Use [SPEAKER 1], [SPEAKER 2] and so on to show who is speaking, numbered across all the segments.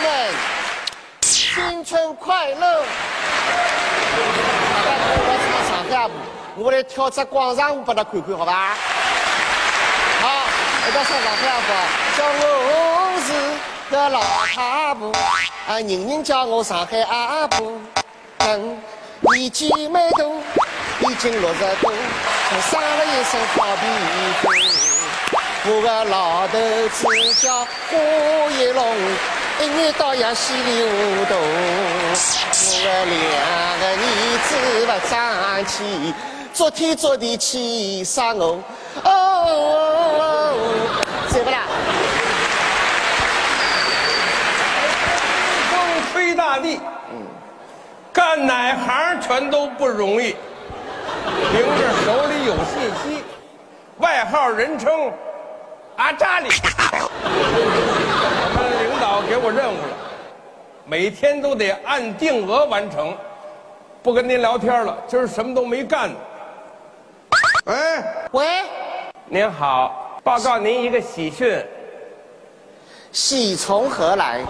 [SPEAKER 1] 们新春快乐！大家看我唱上下舞，我来跳支广场舞给他看看，好吧？好，我再唱上下舞，叫我是个老太婆，啊，人人叫我上海阿婆。等年纪蛮大，已经六十多，生了一身好皮肤。我个老头子叫郭一龙，一年到夜稀里糊涂。我个两个儿子不争气，昨天昨地气杀我。哦哦哦，醉不啦？
[SPEAKER 2] 风吹大地，干哪行全都不容易，明着手里有信息，外号人称阿扎里。我们领导给我任务了，每天都得按定额完成，不跟您聊天了，今儿什么都没干呢。哎，
[SPEAKER 1] 喂，
[SPEAKER 2] 您好，报告您一个喜讯，
[SPEAKER 1] 喜从何来？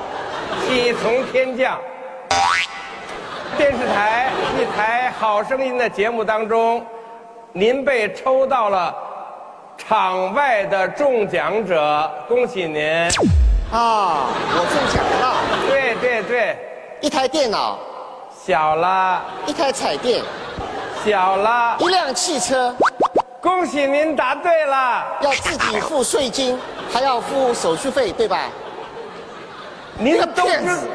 [SPEAKER 2] 喜从天降。电视台一台《好声音》的节目当中，您被抽到了场外的中奖者，恭喜您！
[SPEAKER 1] 啊，我中奖了，
[SPEAKER 2] 对对对，
[SPEAKER 1] 一台电脑，
[SPEAKER 2] 小了
[SPEAKER 1] 一台彩电，
[SPEAKER 2] 小了，
[SPEAKER 1] 一辆汽车，
[SPEAKER 2] 恭喜您答对了。
[SPEAKER 1] 要自己付税金，还要付手续费，对吧？
[SPEAKER 2] 您都
[SPEAKER 1] 骗
[SPEAKER 2] 知
[SPEAKER 1] 子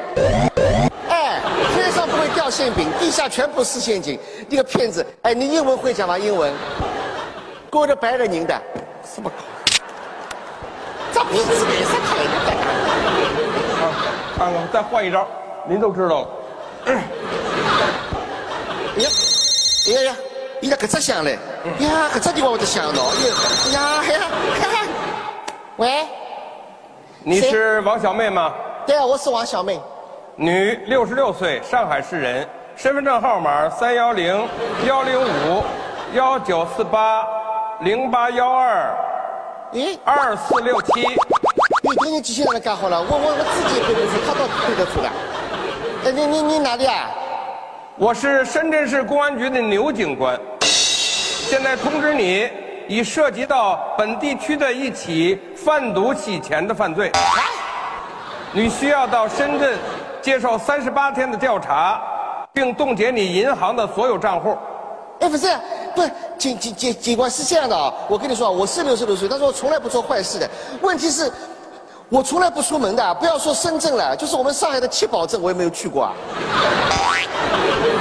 [SPEAKER 1] 哎，天上不会掉馅饼，地下全部是陷阱。你个骗子！哎，你英文会讲吗？英文？勾着白人赢的，什么搞？这骗子也是骗的。
[SPEAKER 2] 啊，看看，再换一招，您都知道了。
[SPEAKER 1] 哎呀，哎呀呀，伊拉搿只响嘞，呀，搿只地方我就响到，哎呀哎呀，哈哈。喂，
[SPEAKER 2] 你
[SPEAKER 1] 谁
[SPEAKER 2] 是王小妹吗？
[SPEAKER 1] 对啊，我是王小妹。
[SPEAKER 2] 女，六十六岁，上海市人，身份证号码三幺零幺零五幺九四八零八幺二
[SPEAKER 1] 咦，
[SPEAKER 2] 二四六七。
[SPEAKER 1] 你给你机器人干好了，我我我自己也背得住，他倒背得住了。哎，你你你哪里啊？
[SPEAKER 2] 我是深圳市公安局的牛警官，现在通知你，已涉及到本地区的一起贩毒洗钱的犯罪，
[SPEAKER 1] 啊，
[SPEAKER 2] 你需要到深圳接受三十八天的调查，并冻结你银行的所有账户。
[SPEAKER 1] 哎，不是，不是，警警警警官是这样的啊、我跟你说啊，我是六十六岁，但是我从来不做坏事的。问题是，我从来不出门的，啊不要说深圳了，就是我们上海的七宝镇，我也没有去过啊。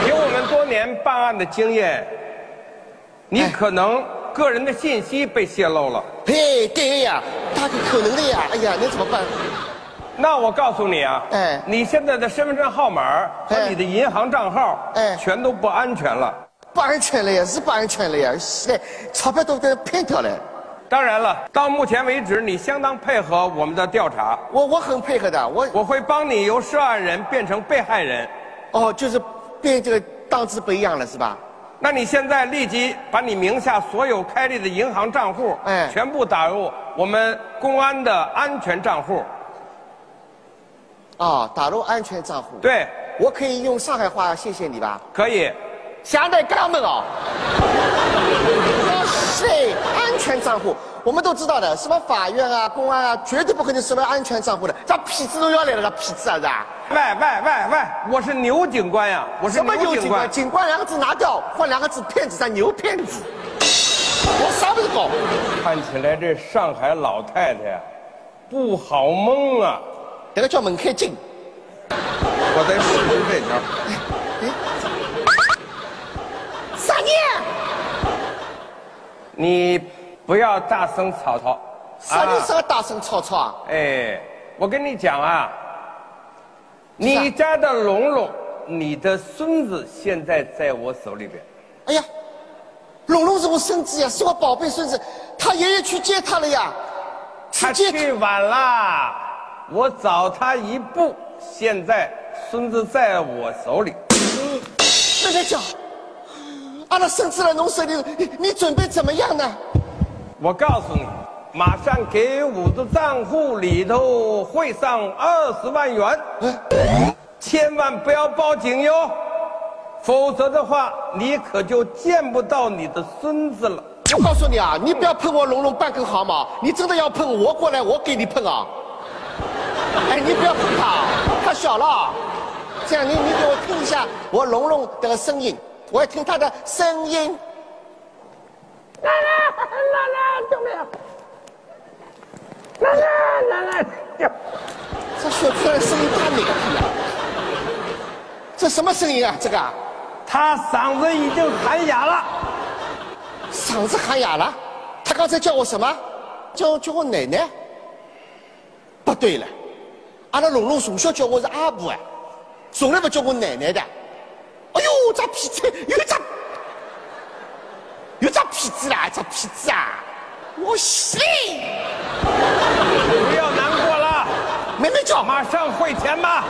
[SPEAKER 2] 有我们多年办案的经验，
[SPEAKER 1] 哎
[SPEAKER 2] 你可能个人的信息被泄露了。
[SPEAKER 1] 嘿，对呀，大概可能的呀。哎呀，那怎么办？
[SPEAKER 2] 那我告诉你啊，
[SPEAKER 1] 哎
[SPEAKER 2] 你现在的身份证号码和
[SPEAKER 1] 哎
[SPEAKER 2] 你的银行账号，
[SPEAKER 1] 哎
[SPEAKER 2] 全都不安全了。
[SPEAKER 1] 不安全了呀，是不安全了呀，现在钞票都被骗掉了。
[SPEAKER 2] 当然了，到目前为止，你相当配合我们的调查，
[SPEAKER 1] 我我很配合的，我
[SPEAKER 2] 我会帮你由涉案人变成被害人。
[SPEAKER 1] 哦，就是变这个档次不一样了，是吧？
[SPEAKER 2] 那你现在立即把你名下所有开立的银行账户，
[SPEAKER 1] 哎
[SPEAKER 2] 全部打入我们公安的安全账户。
[SPEAKER 1] 啊、打入安全账户。，
[SPEAKER 2] 对，
[SPEAKER 1] 我可以用上海话谢谢你吧。
[SPEAKER 2] 可以。
[SPEAKER 1] 下得干们哦！哇塞，安全账户，我们都知道的，什么法院啊、公安啊，绝对不可能什么安全账户的。这痞子都要来了，这痞子啊是吧？
[SPEAKER 2] 喂喂喂喂，我是牛警官呀，我是
[SPEAKER 1] 什么牛
[SPEAKER 2] 牛警
[SPEAKER 1] 警
[SPEAKER 2] 官
[SPEAKER 1] 官？。警官两个字拿掉，换两个字骗子，咱牛骗子。我啥不是搞？
[SPEAKER 2] 看起来这上海老太太呀，不好蒙啊。
[SPEAKER 1] 这个叫门槛进。
[SPEAKER 2] 我再试试这条。
[SPEAKER 1] 啥呢？
[SPEAKER 2] 你不要大声吵吵。
[SPEAKER 1] 啥
[SPEAKER 2] 啊
[SPEAKER 1] 你这个大声吵吵啊？
[SPEAKER 2] 哎，我跟你讲啊，
[SPEAKER 1] 是啊
[SPEAKER 2] 你家的龙龙，你的孙子现在在我手里边。
[SPEAKER 1] 哎呀，龙龙是我孙子呀，是我宝贝孙子，他爷爷去接他了呀，去
[SPEAKER 2] 他
[SPEAKER 1] 接他。
[SPEAKER 2] 去晚啦，我早他一步。现在孙子在我手里，
[SPEAKER 1] 奶奶讲，啊阿拉孙子来侬手里，你你准备怎么样呢？
[SPEAKER 2] 我告诉你，马上给我的账户里头汇上二十万元，
[SPEAKER 1] 哎
[SPEAKER 2] 千万不要报警哟，否则的话，你可就见不到你的孙子了。
[SPEAKER 1] 我告诉你啊，你不要碰我龙龙半根毫毛，你真的要碰我过来，我给你碰啊！哎，你不要碰他，他小了。这样，你你给我听一下我龙龙的声音，我要听他的声音。
[SPEAKER 3] 奶奶，奶奶，救命！奶奶，奶奶，救！
[SPEAKER 1] 这学出来的声音大哪个屁啊？这什么声音啊？这个啊
[SPEAKER 2] 他嗓子已经喊哑了。
[SPEAKER 1] 嗓子喊哑了。他刚才叫我什么？叫叫我奶奶。不对了，阿拉龙龙从小叫我是阿婆哎，从来不叫我奶奶的。哎呦，这痞子有一只，有一只痞子啦，这痞子啊！我信，
[SPEAKER 2] 不要难过了，
[SPEAKER 1] 妹妹叫嘛？
[SPEAKER 2] 马上汇钱吧。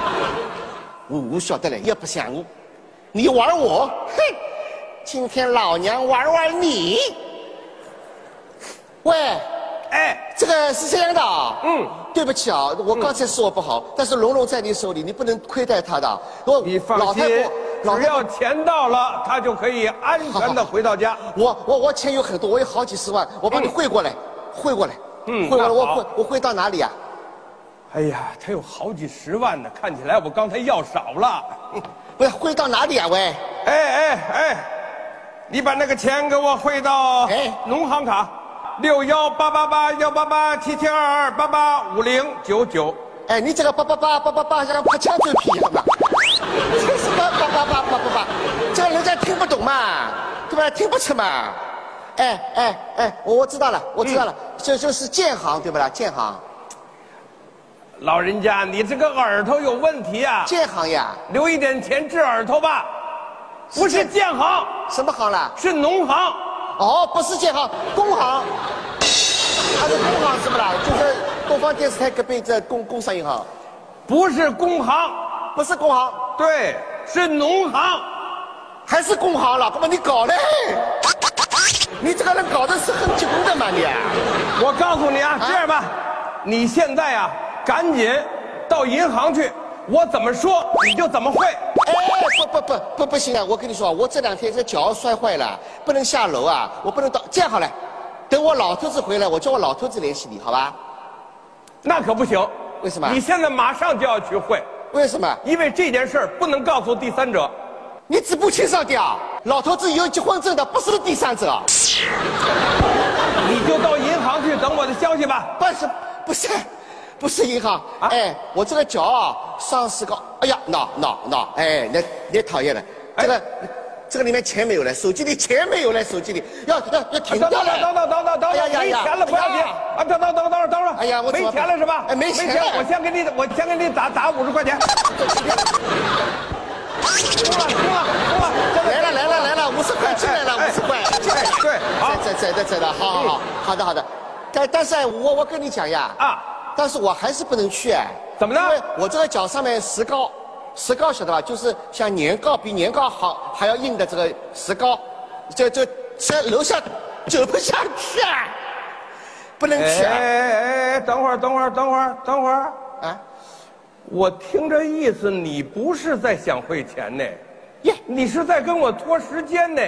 [SPEAKER 1] 我我晓得了，也不像我。你玩我，哼！今天老娘玩玩你。喂，
[SPEAKER 2] 哎，
[SPEAKER 1] 这个是这样的啊，
[SPEAKER 2] 嗯，
[SPEAKER 1] 对不起啊，我刚才说我不好，但是龙龙在你手里，你不能亏待他的。我
[SPEAKER 2] 你放
[SPEAKER 1] 老太
[SPEAKER 2] 心
[SPEAKER 1] 婆，，老
[SPEAKER 2] 只
[SPEAKER 1] 太
[SPEAKER 2] 要
[SPEAKER 1] 婆，
[SPEAKER 2] 钱到了，他就可以安全的回到家。
[SPEAKER 1] 我我我钱有很多，我有好几十万，我帮你汇过来，汇过来，
[SPEAKER 2] 嗯
[SPEAKER 1] 汇过来，
[SPEAKER 2] 那
[SPEAKER 1] 我
[SPEAKER 2] 好
[SPEAKER 1] 汇我汇到哪里啊？
[SPEAKER 2] 哎呀，他有好几十万呢，看起来我刚才要少了。
[SPEAKER 1] 不是汇到哪里啊？喂，
[SPEAKER 2] 哎哎哎，你把那个钱给我汇到
[SPEAKER 1] 哎
[SPEAKER 2] 农行卡，六幺八八八幺八八七七二二八八五零九九。
[SPEAKER 1] 哎，你这个叭叭叭叭叭叭，像拍枪嘴皮一样的，这什么叭叭叭叭叭叭，这个人家听不懂嘛，对吧？听不出嘛。哎哎哎，我我知道了，我知道了，
[SPEAKER 2] 嗯
[SPEAKER 1] 就就是建行对不啦？建行，
[SPEAKER 2] 老人家，你这个耳朵有问题啊，
[SPEAKER 1] 建行呀。
[SPEAKER 2] 留一点钱治耳朵吧。不是建行，
[SPEAKER 1] 什么行啦？
[SPEAKER 2] 是农行。
[SPEAKER 1] 哦，不是建行，工行，它是工行是不啦？就是东方电视台隔壁这工工商银行，
[SPEAKER 2] 不是工行，
[SPEAKER 1] 不是工行，
[SPEAKER 2] 对，是农行。
[SPEAKER 1] 还是工行了，哥们你搞嘞？你这个人搞的是很结棍的嘛你？啊
[SPEAKER 2] 我告诉你啊，这样吧，你现在啊，赶紧到银行去，我怎么说你就怎么会。
[SPEAKER 1] 哎，不不不不不行啊！我跟你说啊，我这两天这脚摔坏了，不能下楼啊，我不能到。这样好了，等我老头子回来，我叫我老头子联系你，好吧？
[SPEAKER 2] 那可不行。
[SPEAKER 1] 为什么啊
[SPEAKER 2] 你现在马上就要去会，
[SPEAKER 1] 为什么？
[SPEAKER 2] 因为这件事儿不能告诉第三者。
[SPEAKER 1] 你嘴不清爽点啊！老头子有结婚证的，不是第三者啊。
[SPEAKER 2] 你就到银行去等我的消息吧。
[SPEAKER 1] 不是，不是，不是银行。
[SPEAKER 2] 啊
[SPEAKER 1] 哎，我这个脚啊，上次个，哎呀，闹闹闹，哎，那那讨厌了，
[SPEAKER 2] 哎
[SPEAKER 1] 这个、这个里面钱没有了，手机里钱没有了，手机里要要要停
[SPEAKER 2] 等
[SPEAKER 1] 掉
[SPEAKER 2] 啊等等等
[SPEAKER 1] 哎了。
[SPEAKER 2] 等等等等
[SPEAKER 1] 哎呀
[SPEAKER 2] 等，
[SPEAKER 1] 呀
[SPEAKER 2] 没
[SPEAKER 1] 呀
[SPEAKER 2] 钱了不要
[SPEAKER 1] 哎
[SPEAKER 2] 紧
[SPEAKER 1] 呀
[SPEAKER 2] 啊！等等等等等等，
[SPEAKER 1] 哎呀我怎
[SPEAKER 2] 没
[SPEAKER 1] 么
[SPEAKER 2] 钱了是吧？
[SPEAKER 1] 哎没钱了
[SPEAKER 2] 我先给你，我先给你打打五十块 钱。行了行
[SPEAKER 1] 啊
[SPEAKER 2] 了行了，真
[SPEAKER 1] 来
[SPEAKER 2] 的
[SPEAKER 1] 了来了来了，五十块进来了，
[SPEAKER 2] 哎哎
[SPEAKER 1] 五十块进来了
[SPEAKER 2] 哎。对好
[SPEAKER 1] 在在在在的，好好好，好的好的。但但是我我跟你讲呀，
[SPEAKER 2] 啊
[SPEAKER 1] 啊，但是我还是不能去哎。
[SPEAKER 2] 怎么呢
[SPEAKER 1] 因为我这个脚上面石膏，石膏晓得吧？就是像年糕比年糕好还要硬的这个石膏，就就在楼下走不下去啊，不能去
[SPEAKER 2] 哎
[SPEAKER 1] 啊。
[SPEAKER 2] 哎哎！等会儿等会儿等会儿等会儿，
[SPEAKER 1] 啊，
[SPEAKER 2] 我听这意思，你不是在想汇钱呢，
[SPEAKER 1] 耶，
[SPEAKER 2] 你是在跟我拖时间呢。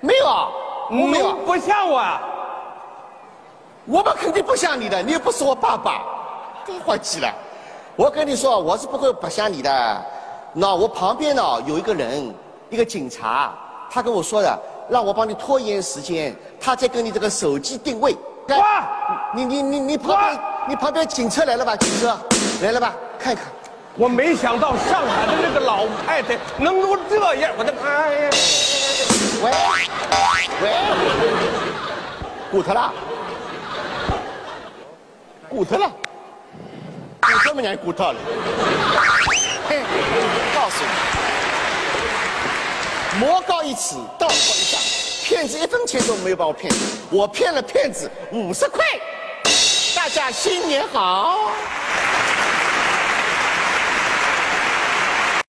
[SPEAKER 1] 没有啊，我没有啊
[SPEAKER 2] 你，不像我啊。
[SPEAKER 1] 我们肯定不像你的，你又不是我爸爸，别换气了。我跟你说，我是不会不像你的。那我旁边呢有一个人，一个警察，他跟我说的，让我帮你拖延时间，他在跟你这个手机定位。来
[SPEAKER 2] 哇，
[SPEAKER 1] 你你你你旁边
[SPEAKER 2] 哇
[SPEAKER 1] 你旁边警车来了吧？警车来了吧？看一看，
[SPEAKER 2] 我没想到上海的那个老太太能够这样，我的哎呀！
[SPEAKER 1] 喂喂，骨头了，骨头了，骨头么娘骨头了。嘿，告诉你，魔高一尺，道高一丈，骗子一分钱都没有把我骗走，我骗了骗子五十块。大家新年好。